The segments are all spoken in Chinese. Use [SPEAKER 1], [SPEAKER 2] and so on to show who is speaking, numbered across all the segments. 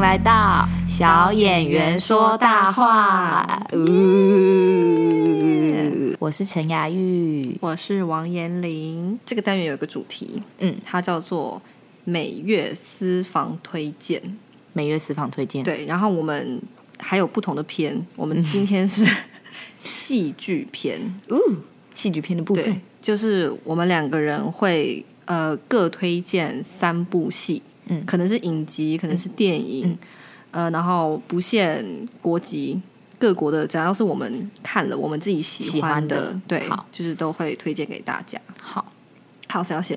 [SPEAKER 1] 来到小演员说大话。呜我是陈雅玉，
[SPEAKER 2] 我是王延玲。这个单元有一个主题，
[SPEAKER 1] 嗯，
[SPEAKER 2] 它叫做每月私房推荐。
[SPEAKER 1] 每月私房推荐。
[SPEAKER 2] 对，然后我们还有不同的篇，我们今天是 戏剧篇，
[SPEAKER 1] 哦，戏剧片的部
[SPEAKER 2] 对
[SPEAKER 1] 分。，
[SPEAKER 2] 就是我们两个人会呃各推荐三部戏，
[SPEAKER 1] 嗯
[SPEAKER 2] 可能是影集，可能是电影，
[SPEAKER 1] 嗯
[SPEAKER 2] 呃，然后不限国籍。各国的，只要是我们看了，我们自己
[SPEAKER 1] 喜
[SPEAKER 2] 喜欢的，
[SPEAKER 1] 欢的
[SPEAKER 2] 对
[SPEAKER 1] 好，
[SPEAKER 2] 就是都会推荐给大家。
[SPEAKER 1] 好，
[SPEAKER 2] 好，谁要先？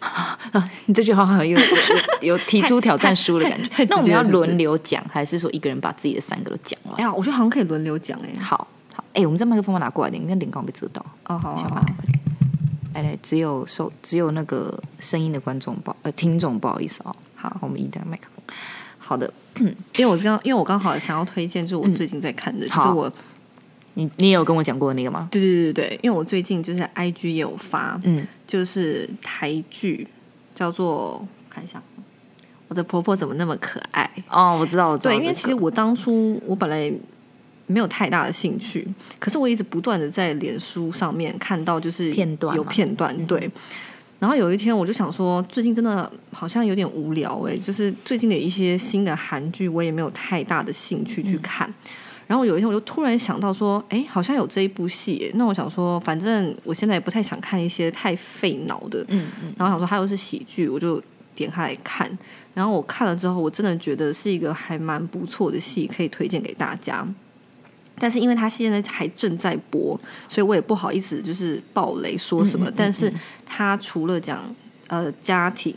[SPEAKER 1] 啊， 你这句话好像有有有有提出挑战书的感 觉。
[SPEAKER 2] 太太太
[SPEAKER 1] 那我们要
[SPEAKER 2] 直接了是不是
[SPEAKER 1] 轮流讲，还是说一个人把自己的三个都讲完
[SPEAKER 2] 哎？呀，我觉得好像可以轮流讲哎、
[SPEAKER 1] 好，好，哎，我们这麦克风要拿过来一点，那脸刚被遮到。
[SPEAKER 2] 哦，好
[SPEAKER 1] 小
[SPEAKER 2] 好
[SPEAKER 1] 马
[SPEAKER 2] 好，
[SPEAKER 1] 哎，来只有受只有那个声音的观众不好呃听众不好意思哦。
[SPEAKER 2] 好
[SPEAKER 1] 我们移掉麦克风。好的，
[SPEAKER 2] 因为我刚，因为我刚好想要推荐，就是我最近在看的，就
[SPEAKER 1] 嗯
[SPEAKER 2] 是
[SPEAKER 1] 好
[SPEAKER 2] 我，
[SPEAKER 1] 你你也有跟我讲过的那个吗？
[SPEAKER 2] 对对对对，因为我最近就是 IG 也有发，
[SPEAKER 1] 嗯，
[SPEAKER 2] 就是台剧叫做，我看一下，我的婆婆怎么那么可爱？
[SPEAKER 1] 哦，我知道，我知道。
[SPEAKER 2] 对，因为
[SPEAKER 1] 这个
[SPEAKER 2] 其实我当初我本来没有太大的兴趣，可是我一直不断的在脸书上面看到就是
[SPEAKER 1] 片段
[SPEAKER 2] 有
[SPEAKER 1] 嘛嗯
[SPEAKER 2] 片段，对。然后有一天我就想说，最近真的好像有点无聊哎、就是最近的一些新的韩剧，我也没有太大的兴趣
[SPEAKER 1] 嗯
[SPEAKER 2] 去看。然后有一天我就突然想到说，哎，好像有这一部戏耶，那我想说，反正我现在也不太想看一些太费脑的，
[SPEAKER 1] 嗯嗯，
[SPEAKER 2] 然后想说它又是喜剧，我就点开来看。然后我看了之后，我真的觉得是一个还蛮不错的戏，可以推荐给大家。但是因为它现在还正在播，所以我也不好意思就是爆雷说什
[SPEAKER 1] 嗯
[SPEAKER 2] 么。
[SPEAKER 1] 嗯嗯嗯
[SPEAKER 2] 但是它除了讲呃家庭，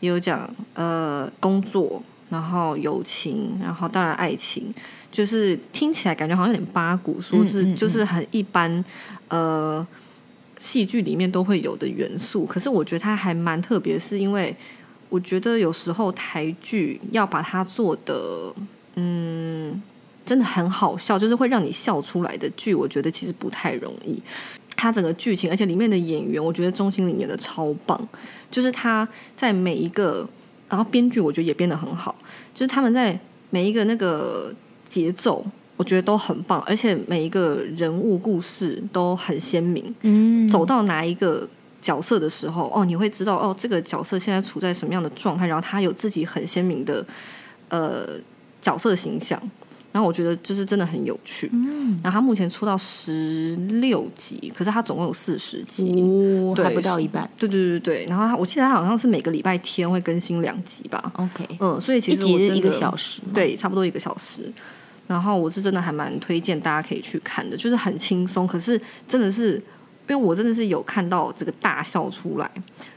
[SPEAKER 2] 也有讲呃工作，然后友情，然后当然爱情，就是听起来感觉好像有点八股，说是、
[SPEAKER 1] 嗯嗯嗯
[SPEAKER 2] 就是很一般呃戏剧里面都会有的元素。可是我觉得它还蛮特别，是因为我觉得有时候台剧要把它做的嗯。真的很好笑，就是会让你笑出来的剧，我觉得其实不太容易。它整个剧情，而且里面的演员，我觉得钟欣凌演的超棒，就是他在每一个，然后编剧我觉得也编得很好，就是他们在每一个那个节奏，我觉得都很棒，而且每一个人物故事都很鲜明，
[SPEAKER 1] 嗯
[SPEAKER 2] 走到哪一个。角色的时候，哦，你会知道哦，这个角色现在处在什么样的状态，然后他有自己很鲜明的呃角色形象，然后我觉得就是真的很有趣。
[SPEAKER 1] 嗯，
[SPEAKER 2] 然后他目前出到十六集，可是他总共有四十集，
[SPEAKER 1] 哦，
[SPEAKER 2] 对
[SPEAKER 1] 还不到一半
[SPEAKER 2] 对对对对，然后他我记得他好像是每个礼拜天会更新两集吧，
[SPEAKER 1] ，OK，
[SPEAKER 2] 嗯，所以其
[SPEAKER 1] 一
[SPEAKER 2] 实我
[SPEAKER 1] 集
[SPEAKER 2] 真
[SPEAKER 1] 是
[SPEAKER 2] 的
[SPEAKER 1] 一个小时，，
[SPEAKER 2] 对，差不多一个小时。然后我是真的还蛮推荐大家可以去看的，就是很轻松，可是真的是因为我真的是有看到这个大笑出来，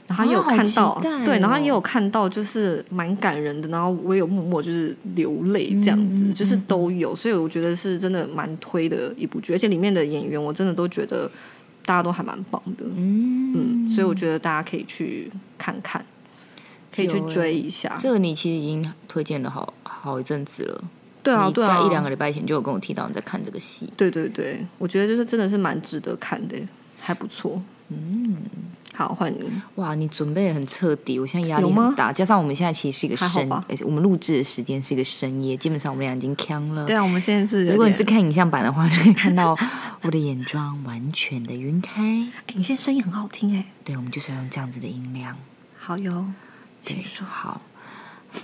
[SPEAKER 2] 然后也有
[SPEAKER 1] 啊好
[SPEAKER 2] 看
[SPEAKER 1] 期
[SPEAKER 2] 到、
[SPEAKER 1] 待哦
[SPEAKER 2] 对，然后也有看到就是蛮感人的，然后我也有默默就是流泪这样子，
[SPEAKER 1] 嗯嗯
[SPEAKER 2] 就是
[SPEAKER 1] 嗯
[SPEAKER 2] 都有，所以我觉得是真的蛮推的一部剧，而且里面的演员我真的都觉得大家都还蛮棒的，嗯，所以我觉得大家可以去看看，可以去
[SPEAKER 1] 有欸
[SPEAKER 2] 追一下。
[SPEAKER 1] 这个你其实已经推荐了好好一阵子了，
[SPEAKER 2] 对啊，
[SPEAKER 1] 你
[SPEAKER 2] 对啊，
[SPEAKER 1] 在一两个礼拜前就有跟我提到你在看这个戏，
[SPEAKER 2] 对对对，我觉得就是真的是蛮值得看的，还不错。嗯，好，换你。
[SPEAKER 1] 哇，你准备的很彻底，我现在压
[SPEAKER 2] 有
[SPEAKER 1] 力
[SPEAKER 2] 吗
[SPEAKER 1] 很大，加上我们现在其实是一个
[SPEAKER 2] 还好
[SPEAKER 1] 深
[SPEAKER 2] 吧，
[SPEAKER 1] 而且我们录制的时间是一个深夜，基本上我们俩已经呛了
[SPEAKER 2] 对。啊，我们现在是有
[SPEAKER 1] 如果你
[SPEAKER 2] 点
[SPEAKER 1] 是看影像版的话，就可以看到我的眼妆完全的晕开。
[SPEAKER 2] 哎，你现在声音很好听哎，
[SPEAKER 1] 对，我们就是要用这样子的音量。
[SPEAKER 2] 好哟，
[SPEAKER 1] 对
[SPEAKER 2] 请，说。
[SPEAKER 1] 好。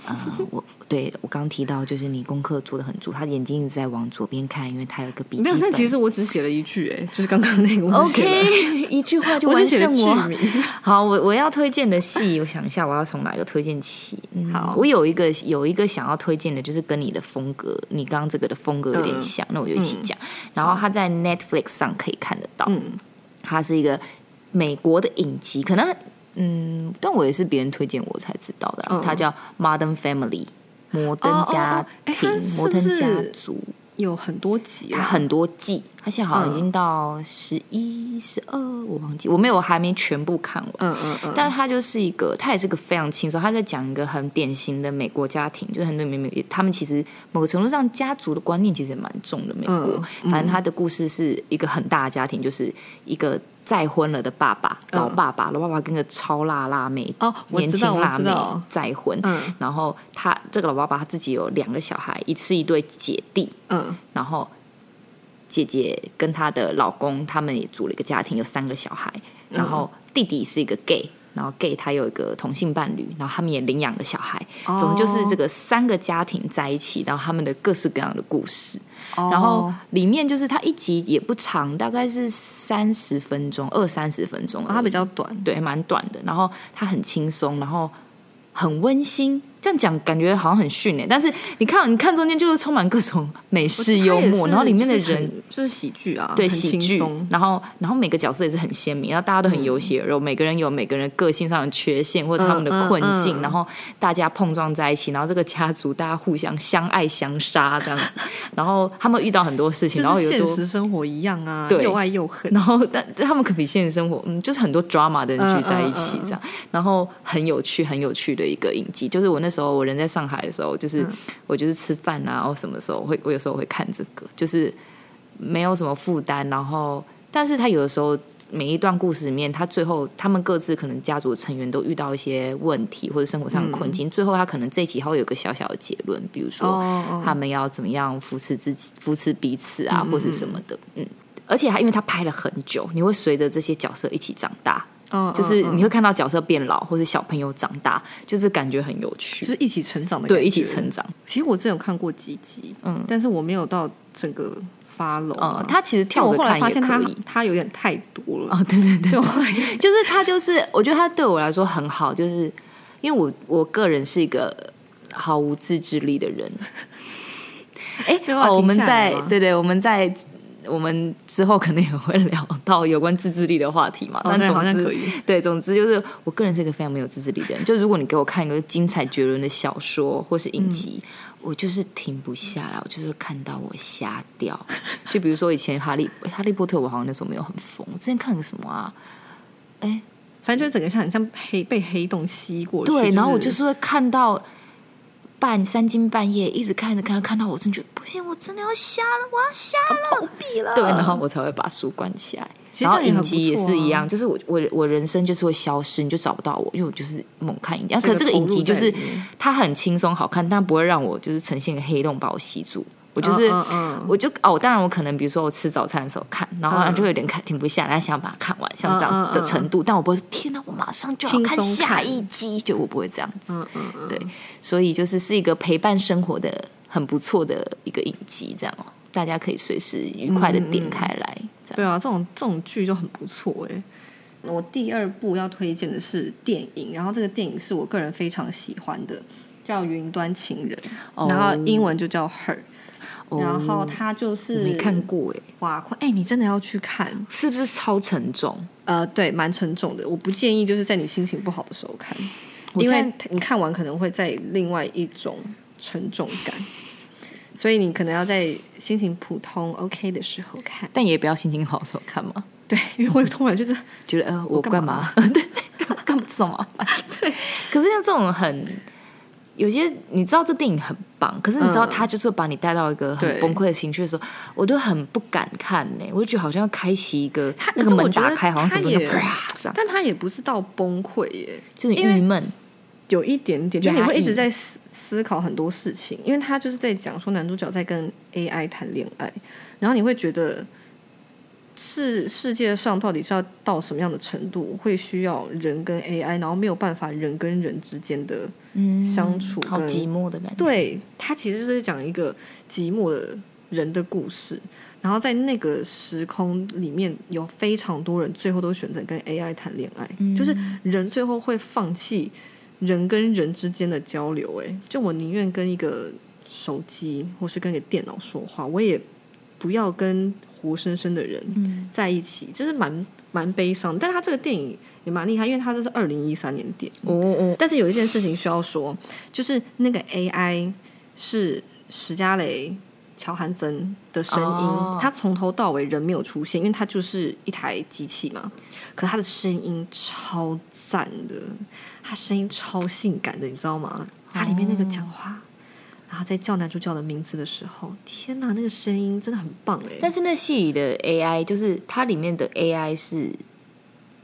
[SPEAKER 1] 呃，我对我刚提到，就是你功课做的很足，他眼睛一直在往左边看，因为他有一个笔记
[SPEAKER 2] 没
[SPEAKER 1] 本。
[SPEAKER 2] 有，但其实我只写了一句哎，就是刚刚那个我只写了
[SPEAKER 1] OK，一 句话就
[SPEAKER 2] 我只
[SPEAKER 1] 完
[SPEAKER 2] 写了
[SPEAKER 1] 胜我。
[SPEAKER 2] 剧名。
[SPEAKER 1] 好，我我要推荐的戏，我想一下，我要从哪一个推荐起？嗯，
[SPEAKER 2] 好
[SPEAKER 1] 我有一个有一个想要推荐的，就是跟你的风格，你刚刚这个的风格有点
[SPEAKER 2] 嗯
[SPEAKER 1] 像，那我就一起讲。然后它在 Netflix 上可以看得到，
[SPEAKER 2] 嗯，
[SPEAKER 1] 它是一个美国的影集，可能嗯，但我也是别人推荐我才知道的啊、
[SPEAKER 2] 嗯
[SPEAKER 1] 它叫《Modern Family》摩登
[SPEAKER 2] 哦哦哦
[SPEAKER 1] 家
[SPEAKER 2] 哎
[SPEAKER 1] 庭、
[SPEAKER 2] 它是
[SPEAKER 1] 摩登
[SPEAKER 2] 不是
[SPEAKER 1] 家族，
[SPEAKER 2] 有很多集
[SPEAKER 1] 它
[SPEAKER 2] 啊，
[SPEAKER 1] 很多季，他现在好像
[SPEAKER 2] 嗯
[SPEAKER 1] 已经到十一、十二，我忘记，我没有，我还没全部看完。
[SPEAKER 2] 嗯嗯嗯，
[SPEAKER 1] 但他就是一个，他也是个非常轻松。他在讲一个很典型的美国家庭，就是很多美美，他们其实某个程度上家族的观念其实也蛮重的。美国
[SPEAKER 2] 嗯，
[SPEAKER 1] 反正他的故事是一个很大的家庭，就是一个再婚了的爸爸，老爸爸，老爸爸跟个超辣辣妹
[SPEAKER 2] 嗯哦我
[SPEAKER 1] 年
[SPEAKER 2] 知
[SPEAKER 1] 轻
[SPEAKER 2] 道
[SPEAKER 1] 辣
[SPEAKER 2] 我知
[SPEAKER 1] 妹
[SPEAKER 2] 道
[SPEAKER 1] 再婚。
[SPEAKER 2] 嗯
[SPEAKER 1] 然后他这个老爸爸他自己有两个小孩，一是一对姐弟，
[SPEAKER 2] 嗯
[SPEAKER 1] 然后姐姐跟她的老公他们也组了一个家庭，有三个小孩，然
[SPEAKER 2] 嗯
[SPEAKER 1] 后弟弟是一个 gay。然后 gay 他有一个同性伴侣，然后他们也领养了小孩，
[SPEAKER 2] 哦
[SPEAKER 1] 总之就是这个三个家庭在一起，然后他们的各式各样的故事。然后
[SPEAKER 2] 哦
[SPEAKER 1] 里面就是它一集也不长，大概是三十分钟，二三十分钟而已、
[SPEAKER 2] 哦它比较短，
[SPEAKER 1] 对，蛮短的。然后它很轻松，然后很温馨。这样讲感觉好像很逊哎，但是你看，你看中间就是充满各种美式幽
[SPEAKER 2] 它也
[SPEAKER 1] 默，然后里面的
[SPEAKER 2] 就是很
[SPEAKER 1] 人
[SPEAKER 2] 就是喜剧啊，
[SPEAKER 1] 对
[SPEAKER 2] 很
[SPEAKER 1] 喜
[SPEAKER 2] 轻
[SPEAKER 1] 剧
[SPEAKER 2] 松，
[SPEAKER 1] 然后然后每个角色也是很鲜明，然后大家都很有血有肉，每个人有每个人个性上的缺陷或者他们的
[SPEAKER 2] 嗯
[SPEAKER 1] 困
[SPEAKER 2] 嗯
[SPEAKER 1] 境，
[SPEAKER 2] 嗯
[SPEAKER 1] 然后大家碰撞在一起，然后这个家族大家互相相爱相杀这样子，然后他们遇到很多事情，然
[SPEAKER 2] 就
[SPEAKER 1] 后
[SPEAKER 2] 是
[SPEAKER 1] 有
[SPEAKER 2] 现
[SPEAKER 1] 多
[SPEAKER 2] 实生活一样啊，
[SPEAKER 1] 对
[SPEAKER 2] 又爱又恨。
[SPEAKER 1] 然后但但他们可比现实生活，嗯，就是很多 drama 的人聚在一起
[SPEAKER 2] 嗯嗯嗯
[SPEAKER 1] 这样，然后很有趣、很有趣的一个影集。就是我那时候我人在上海的时候，就是、
[SPEAKER 2] 嗯
[SPEAKER 1] 我就是吃饭啊，或什么时候我会我有时候会看这个，就是没有什么负担，然后但是他有的时候。每一段故事里面，他最后他们各自可能家族成员都遇到一些问题或者生活上的困境，最后他可能这一集他会有个小小的结论，比如说、
[SPEAKER 2] 嗯哦嗯
[SPEAKER 1] 他们要怎么样扶持自己、扶持彼此啊，或是什么的。嗯，而且他因为他拍了很久，你会随着这些角色一起长大，
[SPEAKER 2] 哦，
[SPEAKER 1] 就是
[SPEAKER 2] 嗯嗯
[SPEAKER 1] 你会看到角色变老，或是小朋友长大，就是感觉很有趣。
[SPEAKER 2] 就是一起成长的，
[SPEAKER 1] 对，一起成。长。
[SPEAKER 2] 其实我之前有看过几集，
[SPEAKER 1] 嗯
[SPEAKER 2] 但是我没有到整个 follow 啊。
[SPEAKER 1] 嗯，他其实
[SPEAKER 2] 但
[SPEAKER 1] 跳
[SPEAKER 2] 我
[SPEAKER 1] 着
[SPEAKER 2] 后来
[SPEAKER 1] 看
[SPEAKER 2] 发
[SPEAKER 1] 也
[SPEAKER 2] 现他
[SPEAKER 1] 可以。
[SPEAKER 2] 他有点太多了，
[SPEAKER 1] 哦，对对对，
[SPEAKER 2] 就后来
[SPEAKER 1] 就是他就是，我觉得他对我来说很好，就是因为我我个人是一个毫无自制力的 人。哎、
[SPEAKER 2] 没有办法
[SPEAKER 1] 哦，我们
[SPEAKER 2] 停下来
[SPEAKER 1] 在
[SPEAKER 2] 吗
[SPEAKER 1] 对对，我们在我们之后可能也会聊到有关自制力的话题嘛。
[SPEAKER 2] 哦
[SPEAKER 1] 但
[SPEAKER 2] 对
[SPEAKER 1] 总
[SPEAKER 2] 好像
[SPEAKER 1] 之
[SPEAKER 2] 可以
[SPEAKER 1] 对，总之就是我个人是一个非常没有自制力的人。就如果你给我看一个精彩绝伦的小说或是影集，
[SPEAKER 2] 嗯
[SPEAKER 1] 我就是停不下来，我就是会看到我瞎掉。就比如说以前哈利哈利波特，我好像那时候没有很疯。我之前看个什么啊？哎、
[SPEAKER 2] 反正就整个像很像黑被黑洞吸过去。
[SPEAKER 1] 对，然后我就是是会看到半三更半夜，一直看着看着看到我，真觉得不行，我真的要瞎了，我要瞎了，我闭了。对， 然后我才会把书关起来。
[SPEAKER 2] 其实
[SPEAKER 1] 然后
[SPEAKER 2] 这样也
[SPEAKER 1] 影
[SPEAKER 2] 很不
[SPEAKER 1] 集也
[SPEAKER 2] 错
[SPEAKER 1] 是
[SPEAKER 2] 啊
[SPEAKER 1] 一样，就是我我我人生就是会消失，你就找不到我，因为我就是猛看影集。啊可是这个影集就是
[SPEAKER 2] 投入在里面
[SPEAKER 1] 它很轻松好看，但不会让我就是呈现一个黑洞把我吸住。我就是
[SPEAKER 2] 嗯嗯嗯
[SPEAKER 1] 我就哦，当然我可能比如说我吃早餐的时候看，然后
[SPEAKER 2] 嗯
[SPEAKER 1] 就有点看停不下来，想把它看完，像这样子
[SPEAKER 2] 嗯
[SPEAKER 1] 的
[SPEAKER 2] 嗯嗯
[SPEAKER 1] 程度。但我不会说天哪，我马上就要
[SPEAKER 2] 轻
[SPEAKER 1] 看
[SPEAKER 2] 松
[SPEAKER 1] 下
[SPEAKER 2] 看
[SPEAKER 1] 一集，就我不会这样子。
[SPEAKER 2] 嗯嗯嗯，
[SPEAKER 1] 对，所以就是是一个陪伴生活的很不错的一个影集，这样哦，大家可以随时愉快的点开来，这样。
[SPEAKER 2] 对啊，这种这种剧就很不错哎、我第二部要推荐的是电影，然后这个电影是我个人非常喜欢的，叫《云端情人》，然后英文就叫 Her，、
[SPEAKER 1] 哦
[SPEAKER 2] 然后它就是
[SPEAKER 1] 没看过哎，
[SPEAKER 2] 哇，快哎、你真的要去看？
[SPEAKER 1] 是不是超沉重？
[SPEAKER 2] 呃，对，蛮沉重的，我不建议就是在你心情不好的时候看，
[SPEAKER 1] 我
[SPEAKER 2] 因
[SPEAKER 1] 现在
[SPEAKER 2] 为你看完可能会在另外一种沉重感，所以你可能要在心情普通 OK 的时候看。
[SPEAKER 1] 但也不要心情好的时候看嘛，
[SPEAKER 2] 对，因为我突然就是
[SPEAKER 1] 觉得呃我干
[SPEAKER 2] 干
[SPEAKER 1] 嘛
[SPEAKER 2] 嘛？
[SPEAKER 1] 对，干嘛这种麻 烦？对。可是像这种很有些，你知道这电影很棒，可是你知道
[SPEAKER 2] 嗯
[SPEAKER 1] 它就是会把你带到一个很
[SPEAKER 2] 对
[SPEAKER 1] 崩溃的情绪的时候，我都很不敢看呢、我就觉得好像要开启一个
[SPEAKER 2] 它
[SPEAKER 1] 那个
[SPEAKER 2] 可是我
[SPEAKER 1] 门
[SPEAKER 2] 觉
[SPEAKER 1] 打
[SPEAKER 2] 得
[SPEAKER 1] 开，好像什
[SPEAKER 2] 它
[SPEAKER 1] 么都
[SPEAKER 2] 也
[SPEAKER 1] 啪这样。
[SPEAKER 2] 但他也不是到崩溃耶，
[SPEAKER 1] 就是
[SPEAKER 2] 因为
[SPEAKER 1] 郁闷，
[SPEAKER 2] 有一点点，就
[SPEAKER 1] 压抑
[SPEAKER 2] 你会一直在思思考很多事情，因为他就是在讲说男主角在跟 AI 谈恋爱，然后你会觉得是世界上到底是要到什么样的程度，会需要人跟 AI，然后没有办法人跟人之间的
[SPEAKER 1] 嗯，
[SPEAKER 2] 相处
[SPEAKER 1] 好
[SPEAKER 2] 跟
[SPEAKER 1] 寂寞的感觉。
[SPEAKER 2] 对他其实就是讲一个寂寞的人的故事，然后在那个时空里面，有非常多人最后都选择跟 AI 谈恋爱，就是人最后会放弃人跟人之间的交流、欸。哎，就我宁愿跟一个手机或是跟一个电脑说话，我也不要跟活生生的人在一起，就是蛮蛮悲伤。但他这个电影也蛮厉害，因为他这是二零一三年电影。
[SPEAKER 1] 哦哦，
[SPEAKER 2] 但是有一件事情需要说，就是那个 AI 是史嘉蕾乔韩森的声音，
[SPEAKER 1] 哦
[SPEAKER 2] 他从头到尾人没有出现，因为他就是一台机器嘛。可他的声音超赞的，他声音超性感的，你知道吗？他里面那个讲话，
[SPEAKER 1] 哦
[SPEAKER 2] 然后在叫男主角的名字的时候，天哪，那个声音真的很棒哎！
[SPEAKER 1] 但是那戏里的 AI 就是它里面的 AI 是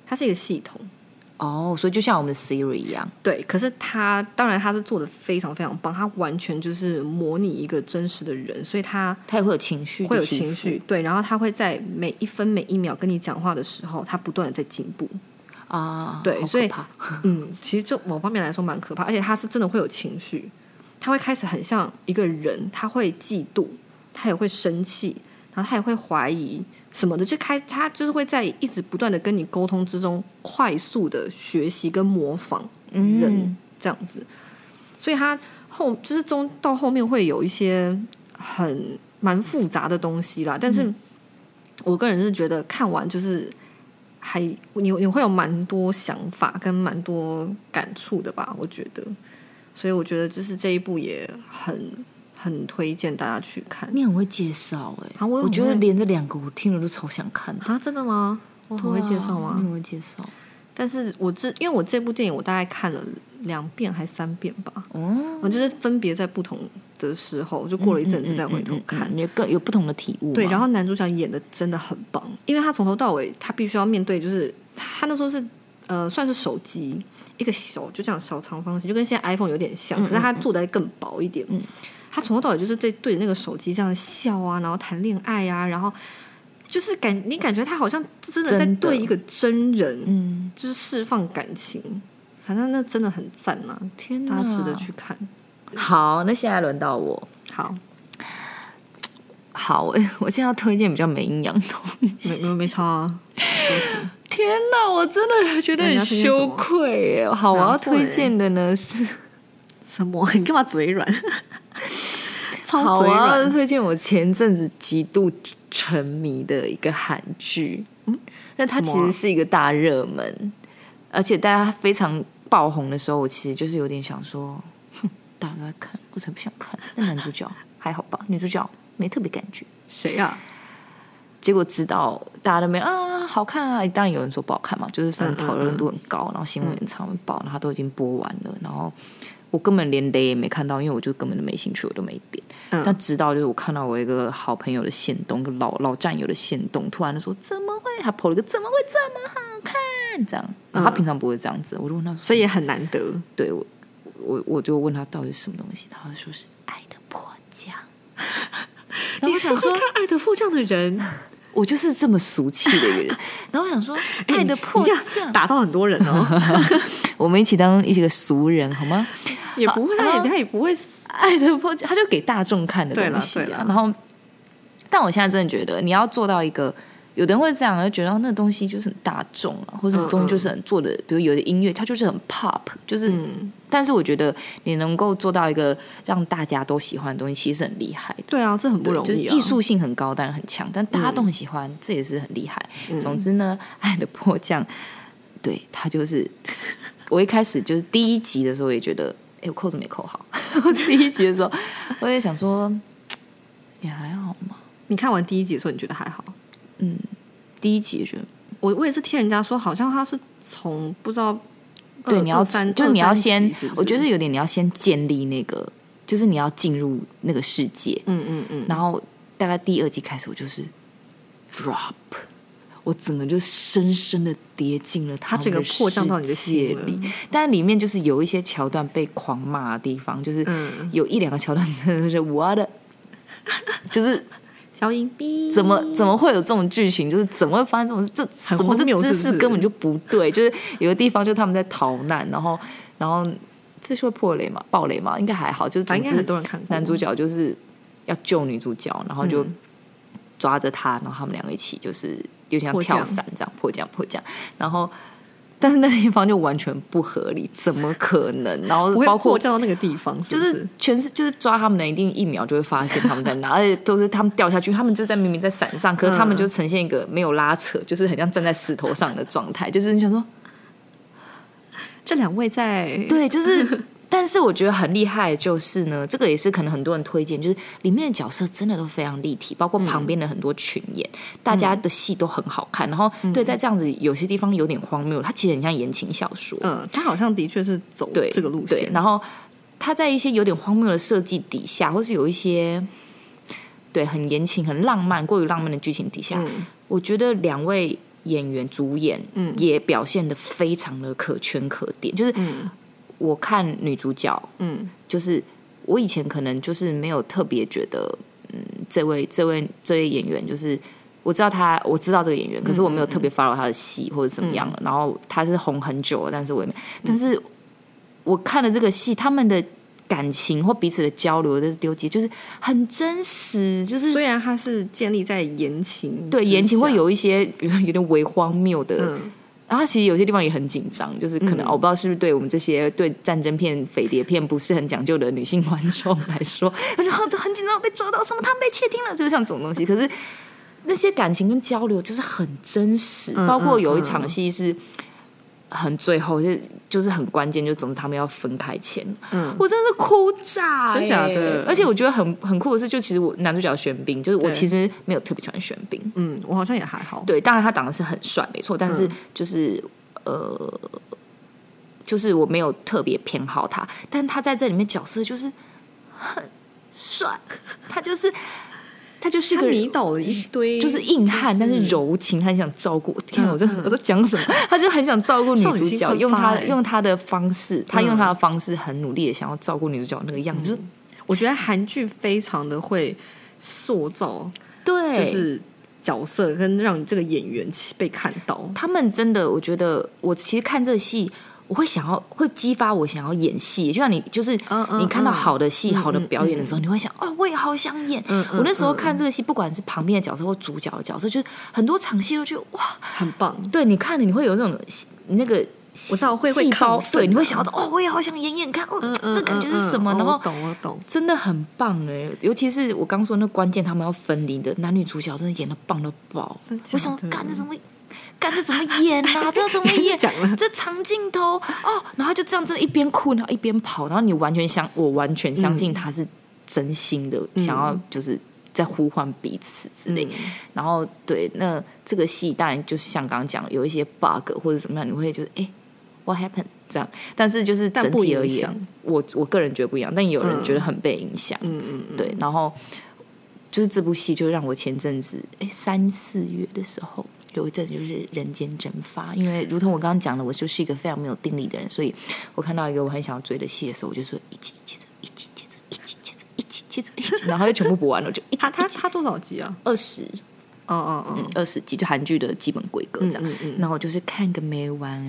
[SPEAKER 2] 它是一个系统，
[SPEAKER 1] 哦，所以就像我们的 Siri 一样，
[SPEAKER 2] 对，可是他当然他是做的非常非常棒，他完全就是模拟一个真实的人，所以他
[SPEAKER 1] 它也会有情绪，
[SPEAKER 2] 会有情。绪，对，然后他会在每一分每一秒跟你讲话的时候，他不断的在进步，
[SPEAKER 1] 啊，
[SPEAKER 2] 对
[SPEAKER 1] 好可
[SPEAKER 2] 所以
[SPEAKER 1] 怕
[SPEAKER 2] 嗯，其实就某方面来说蛮可怕，而且他是真的会有情绪，他会开始很像一个人，他会嫉妒，他也会生气，然后他也会怀疑什么的，就开他就是会在一直不断的跟你沟通之中，快速的学习跟模仿人、
[SPEAKER 1] 嗯
[SPEAKER 2] 这样子，所以他后就是中到后面会有一些很蛮复杂的东西啦，但是我个人是觉得看完就是还你你会有蛮多想法跟蛮多感触的吧，我觉得，所以我觉得就是这一部也很很推荐大家去看
[SPEAKER 1] 你很会介绍哎、
[SPEAKER 2] 啊我
[SPEAKER 1] 我
[SPEAKER 2] 很
[SPEAKER 1] 觉得
[SPEAKER 2] 会
[SPEAKER 1] 连这两个我听了都超想看的。
[SPEAKER 2] 啊，真的吗？我很会介绍
[SPEAKER 1] 对啊你
[SPEAKER 2] 吗？
[SPEAKER 1] 很会介绍
[SPEAKER 2] 但是我这因为我这部电影我大概看了两遍还三遍吧，
[SPEAKER 1] 哦。
[SPEAKER 2] 我就是分别在不同的时候，就过了一阵子再回头看。
[SPEAKER 1] 嗯嗯嗯嗯你更有不同的体悟嘛。啊
[SPEAKER 2] 对，然后男主角演的真的很棒，因为他从头到尾他必须要面对，就是他那时候是呃算是手机一个小就这样小长方形，就跟现在 iPhone 有点像，可是他做的更薄一点。他从头到尾就是在对着那个手机这样笑啊，然后谈恋爱啊，然后就是感你感觉他好像真的在
[SPEAKER 1] 真的
[SPEAKER 2] 对一个真人，
[SPEAKER 1] 嗯，
[SPEAKER 2] 就是释放感情。反正那真的很赞啊，
[SPEAKER 1] 天
[SPEAKER 2] 大
[SPEAKER 1] 哪，
[SPEAKER 2] 家值得去看。
[SPEAKER 1] 好，那现在轮到我。
[SPEAKER 2] 好，
[SPEAKER 1] 好， 哎我现在要推荐比较没营养的。
[SPEAKER 2] 没没没差啊，都行。
[SPEAKER 1] 天哪，我真的觉得
[SPEAKER 2] 那你
[SPEAKER 1] 很
[SPEAKER 2] 要推荐什
[SPEAKER 1] 羞
[SPEAKER 2] 么
[SPEAKER 1] 愧耶。好，我
[SPEAKER 2] 哪
[SPEAKER 1] 要
[SPEAKER 2] 会
[SPEAKER 1] 推荐的呢是，
[SPEAKER 2] 什么？ 你干嘛嘴软？
[SPEAKER 1] 好，啊
[SPEAKER 2] 超
[SPEAKER 1] 我
[SPEAKER 2] 嘴
[SPEAKER 1] 要
[SPEAKER 2] 软。
[SPEAKER 1] 推荐我前阵子极度沉迷的一个韩剧。那它
[SPEAKER 2] 什
[SPEAKER 1] 其
[SPEAKER 2] 么啊
[SPEAKER 1] 实是一个大热门，而且大家非常爆红的时候，我其实就是有点想说，哼，大家都在看，我才不想看。那男主 角还好吧，女主角没特别感觉。
[SPEAKER 2] 谁啊？
[SPEAKER 1] 结果知道大家都没啊好看啊，当然有人说不好看嘛，就是反正
[SPEAKER 2] 嗯嗯
[SPEAKER 1] 讨论度很高，然后新闻很常报，然后都已经播完了，然后我根本连雷也没看到，因为我就根本就没兴趣，我都没点。
[SPEAKER 2] 嗯
[SPEAKER 1] 但直到就是我看到我一个好朋友的线动，一个老老战友的线动，突然就说怎么会？他 PO 了一个怎么会这么好看？这样，他平常不会这样子，我就问他说，
[SPEAKER 2] 所以也很难得。
[SPEAKER 1] 对我我我就问他到底是什么东西，他就说是爱的迫降。然后我想说，
[SPEAKER 2] 《爱的迫降》的 人，哎
[SPEAKER 1] 我就是这么俗气的一个人。 然后我想说，
[SPEAKER 2] 哎
[SPEAKER 1] 爱的迫
[SPEAKER 2] 你这
[SPEAKER 1] 降
[SPEAKER 2] 样，打到很多人 哦，
[SPEAKER 1] 我们一起当一些个俗人好吗？
[SPEAKER 2] 也不会，他
[SPEAKER 1] 啊
[SPEAKER 2] 也他也不会。
[SPEAKER 1] 爱的迫降，它就给大众看的东西
[SPEAKER 2] 对
[SPEAKER 1] 啊
[SPEAKER 2] 啦对啦。
[SPEAKER 1] 然后，但我现在真的觉得，你要做到一个，有的人会这样，就觉得哦那东西就是很大众啊，或者
[SPEAKER 2] 嗯
[SPEAKER 1] 东西就是很做的，比如有的音乐它就是很 pop，就是。
[SPEAKER 2] 嗯，
[SPEAKER 1] 但是我觉得你能够做到一个让大家都喜欢的东西，其实很厉害的。
[SPEAKER 2] 对啊，这很不
[SPEAKER 1] 对
[SPEAKER 2] 容
[SPEAKER 1] 就是
[SPEAKER 2] 易啊。嗯
[SPEAKER 1] 艺术性很高，但很强，但大家都很喜欢，这也是很厉害。总之呢，《爱的迫降》，对他就是， 我一开始就是第一集的时候也觉得，哎、我扣子没扣好。 我第一集的时候，我也想说，也还好嘛。
[SPEAKER 2] 你看完第一集的时候，你觉得还好？
[SPEAKER 1] 第一集也觉得，
[SPEAKER 2] 我我也是听人家说，好像他是从不知道二。
[SPEAKER 1] 对，你要
[SPEAKER 2] 二三，
[SPEAKER 1] 就是你要先，
[SPEAKER 2] 二三集是不是
[SPEAKER 1] 我觉得，有点你要先建立那个，就是你要进入那个世界，
[SPEAKER 2] 嗯嗯嗯，
[SPEAKER 1] 然后大概第二季开始，我就是 drop，我整个就深深的跌进了他
[SPEAKER 2] 他整个
[SPEAKER 1] 们
[SPEAKER 2] 迫降到你的
[SPEAKER 1] 世
[SPEAKER 2] 心
[SPEAKER 1] 界
[SPEAKER 2] 了
[SPEAKER 1] 里。但里面就是有一些桥段被狂骂的地方，就是
[SPEAKER 2] 嗯
[SPEAKER 1] 有一两个桥段真的是我的，就是
[SPEAKER 2] 小银币
[SPEAKER 1] 怎 么怎么会有这种剧情？就是怎么会发生这种事？这
[SPEAKER 2] 很
[SPEAKER 1] 什么这
[SPEAKER 2] 荒谬
[SPEAKER 1] 姿
[SPEAKER 2] 是不
[SPEAKER 1] 势
[SPEAKER 2] 是
[SPEAKER 1] 根本就不对？就是有个地方就是他们在逃难，然后然后这是会破雷嘛？爆雷嘛？应该还好，就是
[SPEAKER 2] 反
[SPEAKER 1] 总之
[SPEAKER 2] 正应该很多人看过。
[SPEAKER 1] 男主角就是要救女主角，然后就
[SPEAKER 2] 嗯
[SPEAKER 1] 抓着她，然后他们两个一起就是有点像
[SPEAKER 2] 迫降
[SPEAKER 1] 跳伞这样迫降迫降，然后但是那地方就完全不合理，怎么可能？然后
[SPEAKER 2] 不会
[SPEAKER 1] 包
[SPEAKER 2] 迫
[SPEAKER 1] 括
[SPEAKER 2] 降到那个地方，
[SPEAKER 1] 就是
[SPEAKER 2] 不
[SPEAKER 1] 是
[SPEAKER 2] 是
[SPEAKER 1] 全是就是抓他们的，一定一秒就会发现他们在哪，而且都是他们掉下去，他们就在明明在伞上，可是他们
[SPEAKER 2] 嗯
[SPEAKER 1] 就呈现一个没有拉扯，就是很像站在石头上的状态，就是你想说
[SPEAKER 2] 这两位在
[SPEAKER 1] 对，就是但是我觉得很厉害的就是呢，这个也是可能很多人推荐，就是里面的角色真的都非常立体，包括旁边的很多群演，大家的戏都很好看。然后对，在这样子有些地方有点荒谬，它其实很像言情小说。
[SPEAKER 2] 嗯，他好像的确是走
[SPEAKER 1] 对
[SPEAKER 2] 这个路
[SPEAKER 1] 对
[SPEAKER 2] 线，
[SPEAKER 1] 然后它在一些有点荒谬的设计底下，或是有一些对很言情、很浪漫、过于浪漫的剧情底下，
[SPEAKER 2] 嗯
[SPEAKER 1] 我觉得两位演员主演
[SPEAKER 2] 嗯
[SPEAKER 1] 也表现的非常的可圈可点。就是
[SPEAKER 2] 嗯
[SPEAKER 1] 我看女主角，
[SPEAKER 2] 嗯
[SPEAKER 1] 就是我以前可能就是没有特别觉得，嗯，这位这位这位演员就是。我知道他，我知道这个演员，可是我没有特别 follow 他的戏或者怎么样了。然后他是红很久了，但是我也没，但是我看了这个戏，他们的感情或彼此的交流的丢接，就是很真实，就是
[SPEAKER 2] 虽然他是建立在言情，
[SPEAKER 1] 对言情会，有一些， 比如说有点微荒谬的，
[SPEAKER 2] 嗯
[SPEAKER 1] 然后其实有些地方也很紧张，就是可能、哦我不知道是不是对我们这些对战争片、匪谍片不是很讲究的女性观众来说，然后都很紧张被抓到什么，他们被窃听了，就是像这种东西。可是那些感情跟交流就是很真实，
[SPEAKER 2] 嗯
[SPEAKER 1] 包括有一
[SPEAKER 2] 嗯
[SPEAKER 1] 场戏是很最后就是就是很关键，就总之他们要分开前，
[SPEAKER 2] 嗯
[SPEAKER 1] 我真的是哭炸、欸，
[SPEAKER 2] 真假的
[SPEAKER 1] 而且我觉得很很酷的是，就其实我男主角玄彬，就是我
[SPEAKER 2] 对
[SPEAKER 1] 其实没有特别喜欢玄彬，
[SPEAKER 2] 嗯，我好像也还好，
[SPEAKER 1] 对，当然他长得是很帅，没错，但
[SPEAKER 2] 嗯
[SPEAKER 1] 是就是、呃，就是我没有特别偏好他，但他在这里面角色就是很帅，他就是他就是
[SPEAKER 2] 他
[SPEAKER 1] 个
[SPEAKER 2] 迷倒了一堆，
[SPEAKER 1] 就是硬汉，啊但是柔情，他很想照顾。天啊，我在我在讲什么？ 他就很想照顾女
[SPEAKER 2] 嗯少女
[SPEAKER 1] 主
[SPEAKER 2] 心
[SPEAKER 1] 角，
[SPEAKER 2] 奋
[SPEAKER 1] 用
[SPEAKER 2] 发
[SPEAKER 1] 他
[SPEAKER 2] 欸嗯
[SPEAKER 1] 用他的方式，他用他的方式很努力的想要照顾女主角那个样子，就是
[SPEAKER 2] 我觉得韩剧非常的会塑造，
[SPEAKER 1] 对，
[SPEAKER 2] 就是角色跟让这个演员被看到。
[SPEAKER 1] 他们真的，我觉得我其实看这戏，我会想要会激发我想要演戏，就像你就是
[SPEAKER 2] 嗯嗯
[SPEAKER 1] 你看到
[SPEAKER 2] 嗯
[SPEAKER 1] 好的戏、好的
[SPEAKER 2] 嗯
[SPEAKER 1] 表演的时候，你会想哦，我也好想演。
[SPEAKER 2] 嗯嗯
[SPEAKER 1] 我那时候看这个戏，不管是旁边的角色或主角的角色，就是很多场戏都觉得哇，
[SPEAKER 2] 很棒，
[SPEAKER 1] 对你看了你会有那种那个。
[SPEAKER 2] 我知道会会
[SPEAKER 1] 细胞
[SPEAKER 2] 亢奋
[SPEAKER 1] 对，你会
[SPEAKER 2] 啊
[SPEAKER 1] 想到哦，我也好想演演看，哦，这感觉是什么？
[SPEAKER 2] 嗯嗯嗯
[SPEAKER 1] 然
[SPEAKER 2] 哦
[SPEAKER 1] 后
[SPEAKER 2] 我懂我懂，
[SPEAKER 1] 真的很棒哎、尤其是我刚说那关键，他们要分离的男女主角，真的演的棒到爆
[SPEAKER 2] 真的。
[SPEAKER 1] 我
[SPEAKER 2] 假的
[SPEAKER 1] 想干这怎么，干这怎么演 啊？这怎么演？
[SPEAKER 2] 讲了
[SPEAKER 1] 这长镜头哦，然后就这样，真的一边哭，然后一边跑，然后你完全相，我完全相信他是真心的，
[SPEAKER 2] 嗯
[SPEAKER 1] 想要就是在呼唤彼此之类。然后对，那这个戏当然就是像刚刚讲，有一些 bug 或者怎么样，你会觉得哎、w h a t happened 这样，但是就是
[SPEAKER 2] 但
[SPEAKER 1] 整
[SPEAKER 2] 不
[SPEAKER 1] 体
[SPEAKER 2] 影
[SPEAKER 1] 而言
[SPEAKER 2] 响，
[SPEAKER 1] 我我个人觉得不一样，但有人觉得很被影响，
[SPEAKER 2] 嗯嗯嗯，
[SPEAKER 1] 对，然后就是这部戏就让我前阵子哎三四月的时候。有一阵子就是人间蒸发，因为如同我刚刚讲的，我就是一个非常没有定力的人，所以我看到一个我很想要追的戏的时候，我就说一集接着一集接着一集接着一集接着一集，然后就全部补完了，我就一集嗯
[SPEAKER 2] 他他他多少集啊？
[SPEAKER 1] 二十
[SPEAKER 2] 哦哦哦，
[SPEAKER 1] 二十集，就韩剧的基本规格这样。
[SPEAKER 2] 嗯嗯嗯
[SPEAKER 1] 然后我就是看个没完，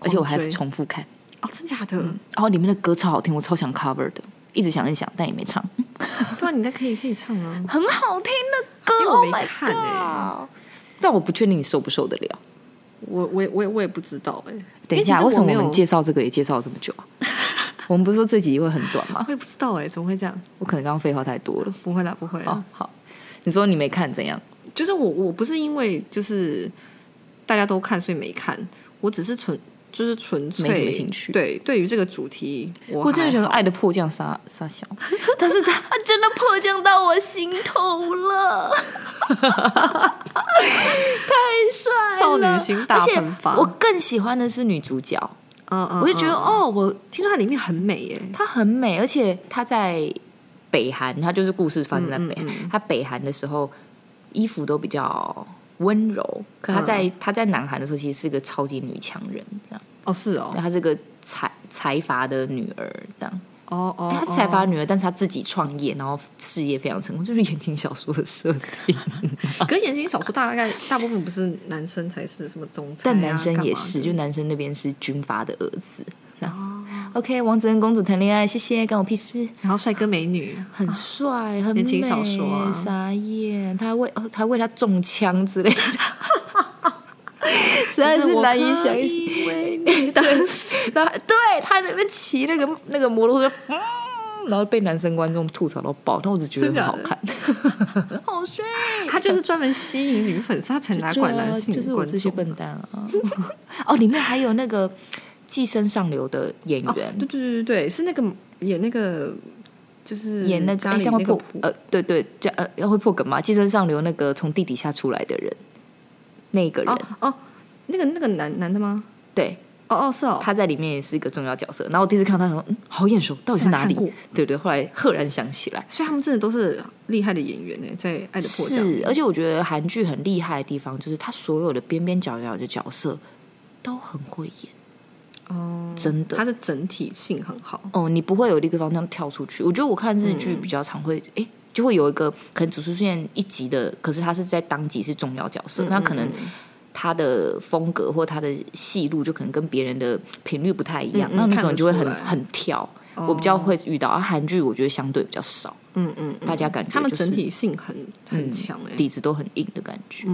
[SPEAKER 1] 而且我还
[SPEAKER 2] 狂追
[SPEAKER 1] 重复看。
[SPEAKER 2] 哦，真假的？
[SPEAKER 1] 然后里面的歌超好听，我超想 cover 的，一直想一直想，但也没唱，
[SPEAKER 2] 对啊，你那可以可以唱啊。
[SPEAKER 1] 很好听的歌 Oh
[SPEAKER 2] 因为我没看
[SPEAKER 1] 欸。但我不确定你受不受得了。
[SPEAKER 2] 我我也我也我也不知道哎、欸，
[SPEAKER 1] 等一下，为
[SPEAKER 2] 因为其
[SPEAKER 1] 什
[SPEAKER 2] 实
[SPEAKER 1] 么
[SPEAKER 2] 我没
[SPEAKER 1] 我
[SPEAKER 2] 有
[SPEAKER 1] 们介绍这个也介绍了这么久 啊？我们不是说这集会很短吗
[SPEAKER 2] 我？也不知道哎、欸，怎么会这样？
[SPEAKER 1] 我可能刚刚废话太多了。
[SPEAKER 2] 不会啦，不会啦。
[SPEAKER 1] 哦，好，你说你没看怎样？
[SPEAKER 2] 就是我我不是因为就是大家都看所以没看，我只是纯就是纯粹
[SPEAKER 1] 没什么兴趣
[SPEAKER 2] 对，对于这个主题，我
[SPEAKER 1] 我
[SPEAKER 2] 我
[SPEAKER 1] 真的觉得《爱的迫降》杀杀 小，但是他他真的迫降到我心头 了，太帅了，
[SPEAKER 2] 少女心大喷发
[SPEAKER 1] 而且我更喜欢的是女主角，
[SPEAKER 2] 嗯嗯，
[SPEAKER 1] 我就觉得
[SPEAKER 2] 嗯
[SPEAKER 1] 哦，我
[SPEAKER 2] 听说它里面很美耶、
[SPEAKER 1] 她很美，而且她在北韩，她就是故事发生在北韩。
[SPEAKER 2] 嗯嗯
[SPEAKER 1] 她北韩的时候，衣服都比较温
[SPEAKER 2] 嗯
[SPEAKER 1] 柔，可她在、她在南韩的时候，其实是个超级女强人，这样，
[SPEAKER 2] 哦是哦，
[SPEAKER 1] 她是个财财阀的女儿，这样。哎
[SPEAKER 2] 哦哦，
[SPEAKER 1] 她是财阀女儿，但是她自己创业，然后事业非常成功，就是言情小说的设 定。
[SPEAKER 2] 哦可是言情小说大概大部分不是男生才是什么总裁啊、
[SPEAKER 1] 但男生也
[SPEAKER 2] 干嘛
[SPEAKER 1] 是，
[SPEAKER 2] 的
[SPEAKER 1] 就男生那边是军阀的儿子。然
[SPEAKER 2] 哦
[SPEAKER 1] 后 OK，王子跟公主谈恋爱，谢谢，干我屁事。
[SPEAKER 2] 然后帅哥 美女，
[SPEAKER 1] 很帅，很美，
[SPEAKER 2] 啊言情小说啊
[SPEAKER 1] 傻眼，他还为哦，他还为他中枪之类 的，实在
[SPEAKER 2] 就是我
[SPEAKER 1] 难以想
[SPEAKER 2] 可
[SPEAKER 1] 象。
[SPEAKER 2] 以 为你
[SPEAKER 1] 对，然后对他在那边骑那个那个摩托车，嗯然后被男生观众吐槽到爆，但我只觉得
[SPEAKER 2] 真
[SPEAKER 1] 很
[SPEAKER 2] 假
[SPEAKER 1] 好
[SPEAKER 2] 的
[SPEAKER 1] 看， 好帅。
[SPEAKER 2] 他就是专门吸引女粉丝，他才拿
[SPEAKER 1] 对
[SPEAKER 2] 管
[SPEAKER 1] 啊
[SPEAKER 2] 男性
[SPEAKER 1] 就是我
[SPEAKER 2] 观
[SPEAKER 1] 这些
[SPEAKER 2] 众。
[SPEAKER 1] 笨蛋啊！哦，里面还有那个寄生上流的演
[SPEAKER 2] 哦，
[SPEAKER 1] 员，
[SPEAKER 2] 对对对对对，是那个演那个就是
[SPEAKER 1] 演那个
[SPEAKER 2] 咖
[SPEAKER 1] 哎，
[SPEAKER 2] 喱
[SPEAKER 1] 这样会
[SPEAKER 2] 那个哦
[SPEAKER 1] 破
[SPEAKER 2] 仆
[SPEAKER 1] 呃，对对，这样呃会破梗吗？寄生上流那个从地底下出来的人，那个人、
[SPEAKER 2] 哦哦，那个那个男男的吗？
[SPEAKER 1] 对，
[SPEAKER 2] 哦哦是哦，
[SPEAKER 1] 他在里面也是一个重要角色。然后我第一次看到他，想说嗯，好眼熟，到底是哪里
[SPEAKER 2] 这个看过？
[SPEAKER 1] 对对，后来赫然想起来，
[SPEAKER 2] 所以他们真的都是厉害的演员呢，在《爱的迫降》
[SPEAKER 1] 是，而且我觉得韩剧很厉害的地方，就是他所有的边边角角的角色都很会演，
[SPEAKER 2] 哦，
[SPEAKER 1] 真的
[SPEAKER 2] 他的整体性很好。
[SPEAKER 1] 哦，你不会有一个方向跳出去。我觉得我看日剧比较常会，诶，就会有一个可能只出现一集的，可是他是在当集是重要角色，那可
[SPEAKER 2] 嗯
[SPEAKER 1] 能他的风格或他的戏路就可能跟别人的频率不太一样，
[SPEAKER 2] 嗯嗯
[SPEAKER 1] 那那时候你就会
[SPEAKER 2] 看
[SPEAKER 1] 很
[SPEAKER 2] 得出来哦
[SPEAKER 1] 很跳。我比较会遇到，啊，韩剧我觉得相对比较少，
[SPEAKER 2] 嗯嗯，嗯
[SPEAKER 1] 大家感觉
[SPEAKER 2] 他们
[SPEAKER 1] 就是嗯
[SPEAKER 2] 整体嗯性很很强哎，
[SPEAKER 1] 底子都很硬的感觉。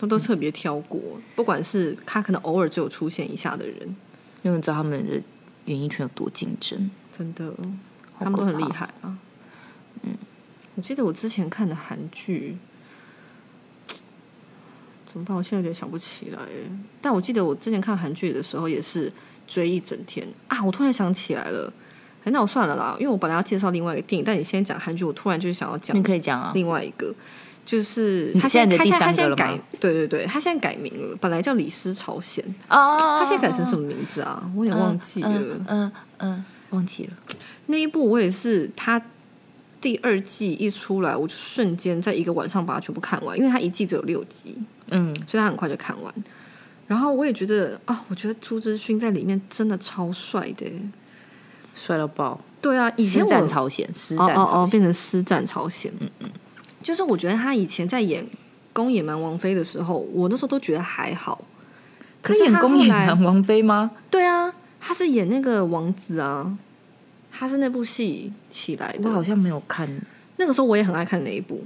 [SPEAKER 2] 他都特别挑过，不管是他可能偶尔只有出现一下的人，
[SPEAKER 1] 因为知道他们的演艺圈有多竞争，
[SPEAKER 2] 真的他们都很厉害啊。嗯，我记得我之前看的韩剧，怎么办？我现在有点想不起来耶。但我记得我之前看韩剧的时候也是追一整天啊！我突然想起来了，哎，那我算了啦，因为我本来要介绍另外一个电影，但你先讲韩剧，我突然就想要讲
[SPEAKER 1] 你可以讲啊。
[SPEAKER 2] 另外一个。就是
[SPEAKER 1] 你
[SPEAKER 2] 他现
[SPEAKER 1] 现在的
[SPEAKER 2] 在他
[SPEAKER 1] 第
[SPEAKER 2] 现在他
[SPEAKER 1] 三
[SPEAKER 2] 现
[SPEAKER 1] 个了
[SPEAKER 2] 在改
[SPEAKER 1] 吗，
[SPEAKER 2] 对对对，他现在改名了，本来叫《李斯朝鲜》，
[SPEAKER 1] 哦，
[SPEAKER 2] 他现在改成什么名字啊？我有点忘记了。
[SPEAKER 1] 嗯嗯嗯，忘记了。
[SPEAKER 2] 那一部我也是，它第二季一出来，我就瞬间在一个晚上把它全部看完，因为它一季只有六集，
[SPEAKER 1] 嗯，
[SPEAKER 2] 所以它很快就看完。然后我也觉得啊、我觉得朱之勋在里面真的超帅的耶。
[SPEAKER 1] 帅到爆，
[SPEAKER 2] 对啊，以前
[SPEAKER 1] 实
[SPEAKER 2] 我
[SPEAKER 1] 战嗯朝鲜，实
[SPEAKER 2] 哦
[SPEAKER 1] 战
[SPEAKER 2] 哦
[SPEAKER 1] 朝
[SPEAKER 2] 哦，
[SPEAKER 1] 鲜，
[SPEAKER 2] 变成师战朝鲜。嗯嗯，就是我觉得他以前在演《宫野蛮王妃》的时候，我那时候都觉得还好。
[SPEAKER 1] 可
[SPEAKER 2] 可是
[SPEAKER 1] 演
[SPEAKER 2] 他后
[SPEAKER 1] 宫野
[SPEAKER 2] 来，
[SPEAKER 1] 蛮王妃吗？
[SPEAKER 2] 对啊，他是演那个王子啊，他是那部戏起来
[SPEAKER 1] 我
[SPEAKER 2] 的。
[SPEAKER 1] 好像没有看。
[SPEAKER 2] 那个时候我也很爱看那一部，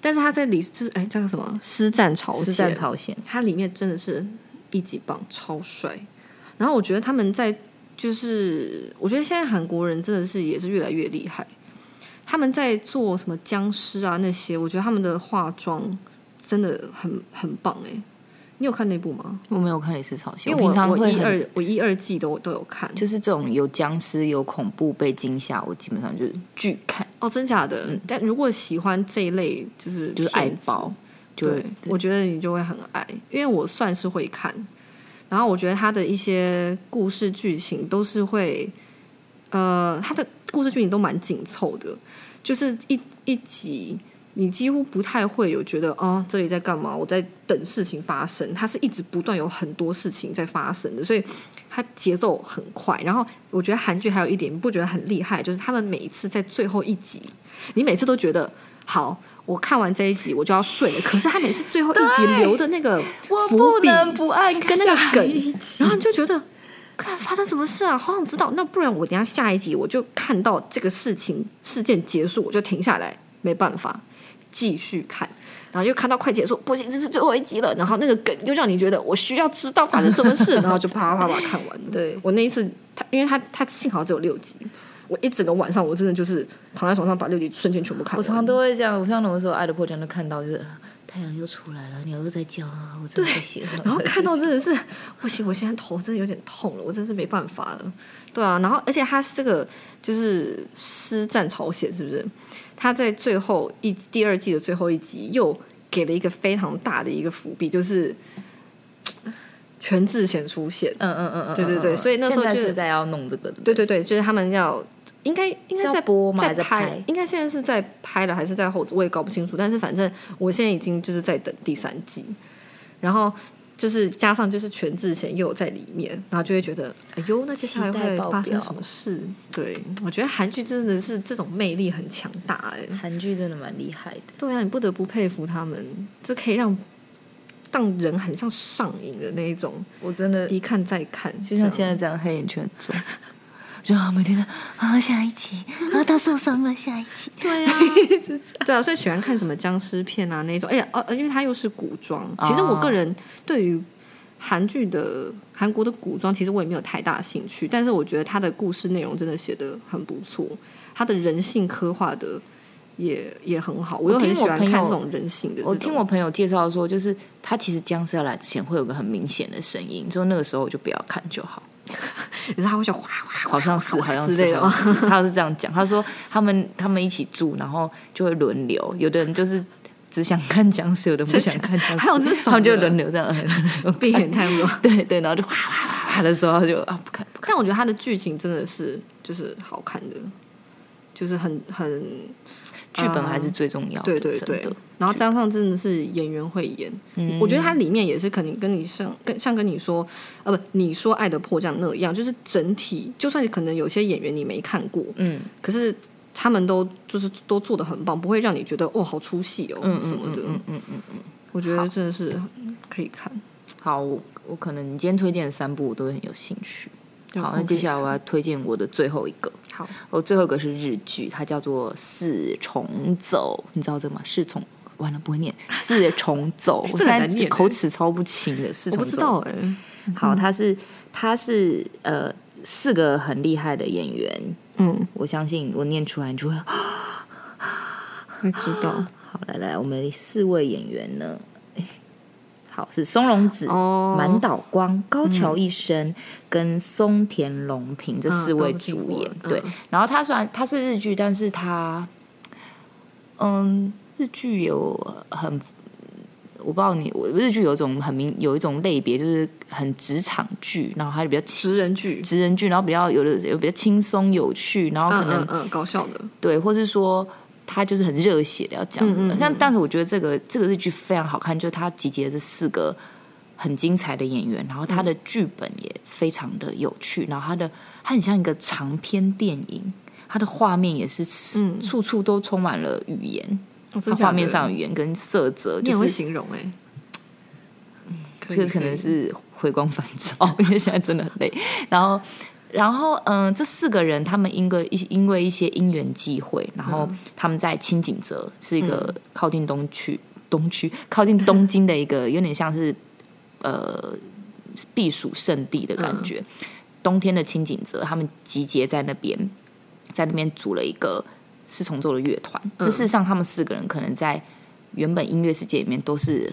[SPEAKER 2] 但是他在里就是哎叫什么《师战朝鲜》，
[SPEAKER 1] 实战朝鲜，
[SPEAKER 2] 他里面真的是一级棒，超帅。然后我觉得他们在就是，我觉得现在韩国人真的是也是越来越厉害。他们在做什么僵尸啊那些，我觉得他们的化妆真的很很棒哎、你有看那部吗？
[SPEAKER 1] 我没有看《也是朝鲜》，
[SPEAKER 2] 嗯因
[SPEAKER 1] 我
[SPEAKER 2] 为我
[SPEAKER 1] 平常
[SPEAKER 2] 我
[SPEAKER 1] 会
[SPEAKER 2] 一
[SPEAKER 1] 很
[SPEAKER 2] 二我一二季都都有看，
[SPEAKER 1] 就是这种有僵尸、有恐怖、被惊吓，我基本上就是剧看，
[SPEAKER 2] 哦真假的。但如果喜欢这一类就是
[SPEAKER 1] 嗯就是爱
[SPEAKER 2] 片子
[SPEAKER 1] 爆，就
[SPEAKER 2] 对，我觉得你就会很爱，因为我算是会看，然后我觉得他的一些故事剧情都是会，呃，他的故事剧情都蛮紧凑的，就是一一集你几乎不太会有觉得哦这里在干嘛，我在等事情发生，它是一直不断有很多事情在发生的，所以它节奏很快。然后我觉得韩剧还有一点，你不觉得很厉害，就是他们每一次在最后一集，你每次都觉得好。我看完这一集我就要睡了，可是他每次最后一集
[SPEAKER 1] 对
[SPEAKER 2] 留的那个
[SPEAKER 1] 我
[SPEAKER 2] 伏
[SPEAKER 1] 不
[SPEAKER 2] 笔，
[SPEAKER 1] 能不按
[SPEAKER 2] 跟那个
[SPEAKER 1] 下一
[SPEAKER 2] 梗
[SPEAKER 1] 集，
[SPEAKER 2] 然后你就觉得， 看发生什么事啊，好想知道。那不然我等一下下一集我就看到这个事情事件结束，我就停下来，没办法继续看。然后又看到快结束，不行，这是最后一集了。然后那个梗又让你觉得我需要知道发生什么 事，然后就啪啪啪啪看完了。
[SPEAKER 1] 对
[SPEAKER 2] 我那一次，他因为他他幸好只有六集，我一整个晚上我真的就是躺在床上把六集瞬间全部看完。
[SPEAKER 1] 我常常都会这样，我像那种时候《爱的迫降》就看到，就是啊太阳又出来了，鸟又在叫啊，我真的不行了。
[SPEAKER 2] 然后看到真的是不行，我现在头真的有点痛了，我真是没办法了。对啊，然后而且他是这个就是师战朝鲜，是不是？他在最后一第二季的最后一集又给了一个非常大的一个伏笔，就是全智贤出现。
[SPEAKER 1] 嗯嗯嗯嗯，
[SPEAKER 2] 对对对
[SPEAKER 1] 嗯嗯
[SPEAKER 2] 所以那时候
[SPEAKER 1] 现在
[SPEAKER 2] 就是
[SPEAKER 1] 是在要弄这个，对
[SPEAKER 2] 对对对，就是他们要应该应
[SPEAKER 1] 是
[SPEAKER 2] 该
[SPEAKER 1] 要
[SPEAKER 2] 在
[SPEAKER 1] 播吗
[SPEAKER 2] 在
[SPEAKER 1] 还在
[SPEAKER 2] 拍
[SPEAKER 1] 拍
[SPEAKER 2] 应该现在是在拍了还是在后，我也搞不清楚。但是反正我现在已经就是在等第三季，然后就是加上就是全智贤又有在里面，然后就会觉得哎呦，那接下来
[SPEAKER 1] 期待
[SPEAKER 2] 会
[SPEAKER 1] 爆
[SPEAKER 2] 发生
[SPEAKER 1] 表
[SPEAKER 2] 什么事？对，我觉得韩剧真的是这种魅力很强大哎、
[SPEAKER 1] 韩剧真的蛮厉害的。
[SPEAKER 2] 对啊，你不得不佩服他们，这可以让让人很像上瘾的那一种，
[SPEAKER 1] 我真的
[SPEAKER 2] 一看再看，
[SPEAKER 1] 就像
[SPEAKER 2] 这
[SPEAKER 1] 现
[SPEAKER 2] 样
[SPEAKER 1] 在这样黑眼圈很重， 就啊每天在啊下一集啊他受伤了下一集，
[SPEAKER 2] 对啊， 对啊，所以喜欢看什么僵尸片啊那一种，而且呃，因为它又是古装。
[SPEAKER 1] 哦
[SPEAKER 2] 其实我个人对于韩剧的韩国的古装，其实我也没有太大兴趣，但是我觉得它的故事内容真的写的很不错，它的人性刻画的也也很好，我又
[SPEAKER 1] 我听
[SPEAKER 2] 很喜欢
[SPEAKER 1] 我朋友
[SPEAKER 2] 看这种人性的这种。
[SPEAKER 1] 我听我朋友介绍说，就是他其实僵尸要来之前会有个很明显的声音，就那个时候我就不要看就好。
[SPEAKER 2] 你说他会想哗 哗，
[SPEAKER 1] 好像是，好像
[SPEAKER 2] 之类
[SPEAKER 1] 是，
[SPEAKER 2] 的
[SPEAKER 1] 好
[SPEAKER 2] 吗
[SPEAKER 1] 像是他是这样讲，他说他们他们一起住，然后就会轮流，有的人就是只想看僵尸，有的人不想看僵尸，
[SPEAKER 2] 还有这种的
[SPEAKER 1] 他们就轮流这样，
[SPEAKER 2] 避免太多。
[SPEAKER 1] 对对，然后就哗哗哗哗的时候就啊不看不看，
[SPEAKER 2] 但我觉得它的剧情真的是就是好看的，就是很很
[SPEAKER 1] 剧本还是最重要的，
[SPEAKER 2] 嗯对对对
[SPEAKER 1] 真的，，
[SPEAKER 2] 然后加上真的是演员会演，
[SPEAKER 1] 嗯
[SPEAKER 2] 我觉得它里面也是可能跟你像跟像跟你说，呃，不，你说《爱的迫降》那样，就是整体，就算可能有些演员你没看过，
[SPEAKER 1] 嗯
[SPEAKER 2] 可是他们都就是都做的很棒，不会让你觉得哦好出戏哦、
[SPEAKER 1] 嗯嗯
[SPEAKER 2] 什么
[SPEAKER 1] 嗯
[SPEAKER 2] 的。
[SPEAKER 1] 嗯嗯嗯，
[SPEAKER 2] 我觉得真的是可以看。
[SPEAKER 1] 好，我我可能你今天推荐的三部我都会很有兴趣。
[SPEAKER 2] 嗯
[SPEAKER 1] 好，那接下来我要推荐我的最后一个，
[SPEAKER 2] 来好，
[SPEAKER 1] 我最后一个是日剧，它叫做《四重奏》，你知道这个吗？四重完了不会念四重 奏，我
[SPEAKER 2] 这很
[SPEAKER 1] 现
[SPEAKER 2] 难
[SPEAKER 1] 在
[SPEAKER 2] 念欸
[SPEAKER 1] 口齿超不清的四
[SPEAKER 2] 我
[SPEAKER 1] 重奏。
[SPEAKER 2] 不知道哎、
[SPEAKER 1] 好，它是它是呃四个很厉害的演员，
[SPEAKER 2] 嗯，
[SPEAKER 1] 我相信我念出来你就会
[SPEAKER 2] 会知道
[SPEAKER 1] 好。来来，我们四位演员呢， 哎好是松隆子、
[SPEAKER 2] 哦。嗯
[SPEAKER 1] 满岛光、高桥一生、跟松田龙平这四位主演。
[SPEAKER 2] 嗯都是中国人
[SPEAKER 1] 对
[SPEAKER 2] 嗯，
[SPEAKER 1] 然后他虽然他是日剧，但是他嗯，日剧有很。我不知道你，我日剧有一种很明有一种类别，就是很职场剧，然后还比较职
[SPEAKER 2] 食人剧，
[SPEAKER 1] 职人剧，然后比较有的有比较轻松有趣，然后可
[SPEAKER 2] 嗯
[SPEAKER 1] 能
[SPEAKER 2] 嗯嗯，搞笑的，
[SPEAKER 1] 对，或是说他就是很热血的要讲
[SPEAKER 2] 嗯嗯
[SPEAKER 1] 的。但但是我觉得这个这个日剧非常好看，就是它集结这四个很精彩的演员，然后
[SPEAKER 2] 嗯
[SPEAKER 1] 他的剧本也非常的有趣，然后他的它很像一个长篇电影，它的画面也是
[SPEAKER 2] 嗯
[SPEAKER 1] 处处都充满了语言，
[SPEAKER 2] 哦真
[SPEAKER 1] 它
[SPEAKER 2] 的假的
[SPEAKER 1] 画面上的语言跟色泽，
[SPEAKER 2] 你很会
[SPEAKER 1] 就是
[SPEAKER 2] 形容哎、
[SPEAKER 1] 这个可能是回光返照， 因为现在真的很累。然后，然后，嗯、这四个人他们因个一因为一些因缘际会，然后他们在清景泽是一个靠近东区、东区靠近东京的一个有点像是呃避暑胜地的感觉。冬天的清景泽，他们集结在那边，在那边组了一个四重奏的乐团。那、事实上，他们四个人可能在原本音乐世界里面都是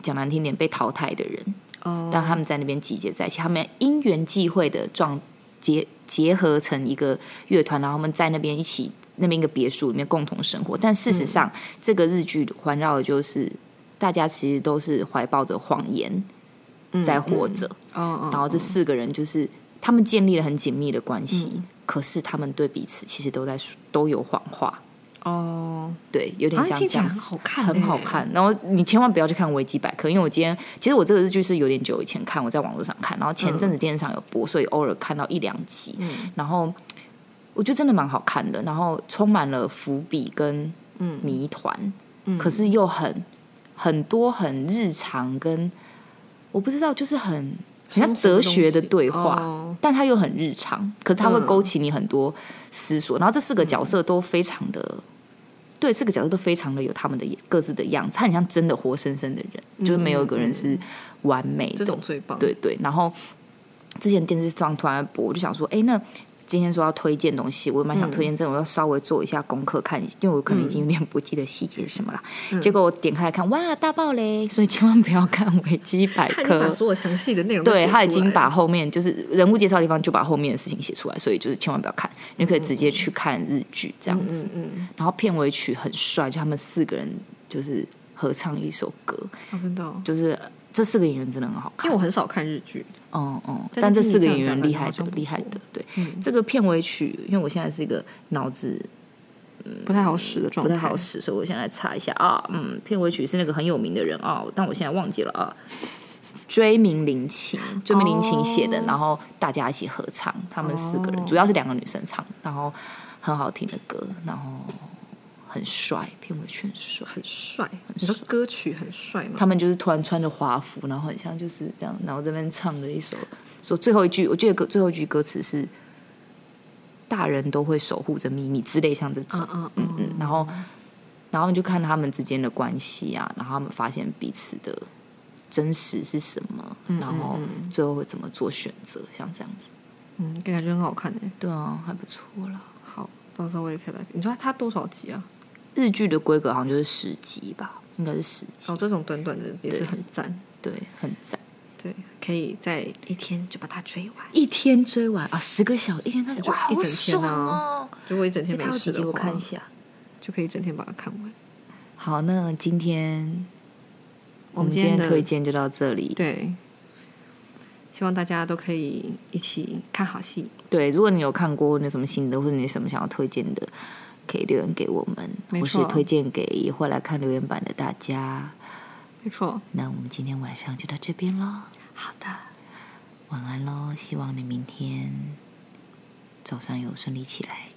[SPEAKER 1] 讲难听点被淘汰的人，
[SPEAKER 2] 哦，
[SPEAKER 1] 但他们在那边集结在一起，他们因缘际会的状结结合成一个乐团，然后他们在那边一起那边一个别墅里面共同生活。但事
[SPEAKER 2] 嗯
[SPEAKER 1] 实上，这个日剧环绕的就是大家其实都是怀抱着谎言在活着，
[SPEAKER 2] 哦哦，
[SPEAKER 1] 然后这
[SPEAKER 2] 哦
[SPEAKER 1] 四个人就是他们建立了很紧密的关系，
[SPEAKER 2] 嗯
[SPEAKER 1] 可是他们对彼此其实都在说都有谎话，
[SPEAKER 2] 哦，
[SPEAKER 1] 对，有点
[SPEAKER 2] 好
[SPEAKER 1] 像
[SPEAKER 2] 像听
[SPEAKER 1] 这
[SPEAKER 2] 起来
[SPEAKER 1] 样
[SPEAKER 2] 很
[SPEAKER 1] 子。
[SPEAKER 2] 好看、欸
[SPEAKER 1] 很好。看。然后你千万不要去看维基百科，因为我今天其实我这个日剧是有点久以前看，我在网络上看，然后前阵子电视上有播，所以偶尔看到一两集，
[SPEAKER 2] 嗯
[SPEAKER 1] 然后我觉得真的蛮好看的，然后充满了伏笔跟
[SPEAKER 2] 嗯
[SPEAKER 1] 谜团，
[SPEAKER 2] 嗯
[SPEAKER 1] 可是又很很多很日常跟我不知道，就是很很像哲学的对话。
[SPEAKER 2] 哦
[SPEAKER 1] 但它又很日常，可是它会
[SPEAKER 2] 嗯
[SPEAKER 1] 勾起你很多思索。然后这四个角色都非常
[SPEAKER 2] 嗯
[SPEAKER 1] 的，对四个角色都非常的有他们的各自的样子，他很像真的活生生的人，就是没有一个人是完美
[SPEAKER 2] 嗯这
[SPEAKER 1] 的。
[SPEAKER 2] 种最棒。
[SPEAKER 1] 对对，然后之前电视上突然播，我就想说，哎，那今天说要推荐东西，我蛮
[SPEAKER 2] 嗯
[SPEAKER 1] 想推荐这种，我要稍微做一下功课看，因为我可能已经有点不记得细节是什么了。
[SPEAKER 2] 嗯
[SPEAKER 1] 结果我点开来看，哇，大爆雷！所以千万不要看维基百
[SPEAKER 2] 他已
[SPEAKER 1] 科
[SPEAKER 2] 经把。所有详细的内容都
[SPEAKER 1] 对
[SPEAKER 2] 写
[SPEAKER 1] 他已
[SPEAKER 2] 出
[SPEAKER 1] 经
[SPEAKER 2] 来
[SPEAKER 1] 把
[SPEAKER 2] 了
[SPEAKER 1] 后面就是人物介绍的地方就把后面的事情写出来，所以就是千万不要看，你可以直接去看日剧这样子。
[SPEAKER 2] 嗯嗯，
[SPEAKER 1] 然后片尾曲很帅，就他们四个人就是合唱一首歌，
[SPEAKER 2] 哦真的哦。
[SPEAKER 1] 就是这四个演员真的很好
[SPEAKER 2] 因
[SPEAKER 1] 看
[SPEAKER 2] 为。我很少看日剧，
[SPEAKER 1] 哦哦，
[SPEAKER 2] 但
[SPEAKER 1] 但
[SPEAKER 2] 是
[SPEAKER 1] 这
[SPEAKER 2] 听你
[SPEAKER 1] 四个
[SPEAKER 2] 这样
[SPEAKER 1] 演员
[SPEAKER 2] 讲
[SPEAKER 1] 厉
[SPEAKER 2] 感觉
[SPEAKER 1] 害
[SPEAKER 2] 好
[SPEAKER 1] 的
[SPEAKER 2] 像，不
[SPEAKER 1] 厉害
[SPEAKER 2] 错嗯
[SPEAKER 1] 的。对，这个片尾曲，因为我现在是一个脑子
[SPEAKER 2] 不太好使的嗯状
[SPEAKER 1] 不
[SPEAKER 2] 态。
[SPEAKER 1] 太好使，所以我先来查一下啊。嗯，片尾曲是那个很有名的人啊，但我现在忘记了啊。追名林琴，追名林琴写的
[SPEAKER 2] 哦
[SPEAKER 1] 然后大家一起合唱，他们四个人
[SPEAKER 2] 哦
[SPEAKER 1] 主要是两个女生唱，然后很好听的歌，然后很帅，片尾曲很帅。
[SPEAKER 2] 很帅，你说歌曲很帅吗？
[SPEAKER 1] 他们就是突然穿着华服，然后很像就是这样，然后这边唱了一首，说最后一句，我记得歌最后一句歌词是“大人都会守护着秘密”之类，像这种。
[SPEAKER 2] 嗯
[SPEAKER 1] 嗯
[SPEAKER 2] 嗯
[SPEAKER 1] 嗯，然后然后你就看他们之间的关系啊，然后他们发现彼此的真实是什么，然后最后会怎么做选择，像这样子，
[SPEAKER 2] 嗯，感觉很好看诶。
[SPEAKER 1] 对啊，还不错啦。
[SPEAKER 2] 好，到时候我也可以来。你说它多少集啊？
[SPEAKER 1] 日剧的规格好像就是十集吧，应该是十集，
[SPEAKER 2] 哦，这种短短的也是很赞。
[SPEAKER 1] 对，很赞。
[SPEAKER 2] 对，可以在一天就把它追完。
[SPEAKER 1] 一天追完啊，十个小时，一天看始哇，
[SPEAKER 2] 一整天啊
[SPEAKER 1] 啊！
[SPEAKER 2] 如果一整天没
[SPEAKER 1] 它有
[SPEAKER 2] 事
[SPEAKER 1] 哎几
[SPEAKER 2] 的
[SPEAKER 1] 集？
[SPEAKER 2] 话，
[SPEAKER 1] 我看一下。
[SPEAKER 2] 就可以整天把它看完。
[SPEAKER 1] 好，那今天我们
[SPEAKER 2] 今
[SPEAKER 1] 今
[SPEAKER 2] 天
[SPEAKER 1] 天
[SPEAKER 2] 的
[SPEAKER 1] 推荐就到这里。
[SPEAKER 2] 对，希望大家都可以一起看好戏。
[SPEAKER 1] 对，如果你有看过，你有什么心得，或者你有什么想要推荐的，可以留言给我们，
[SPEAKER 2] 没
[SPEAKER 1] 或
[SPEAKER 2] 错
[SPEAKER 1] 是推荐给也会来看留言板的大家。
[SPEAKER 2] 没错，
[SPEAKER 1] 那我们今天晚上就到这边喽，
[SPEAKER 2] 好的，
[SPEAKER 1] 晚安喽！希望你明天早上有顺利起来，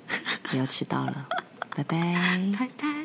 [SPEAKER 1] 不要迟到了，拜拜。
[SPEAKER 2] 拜拜。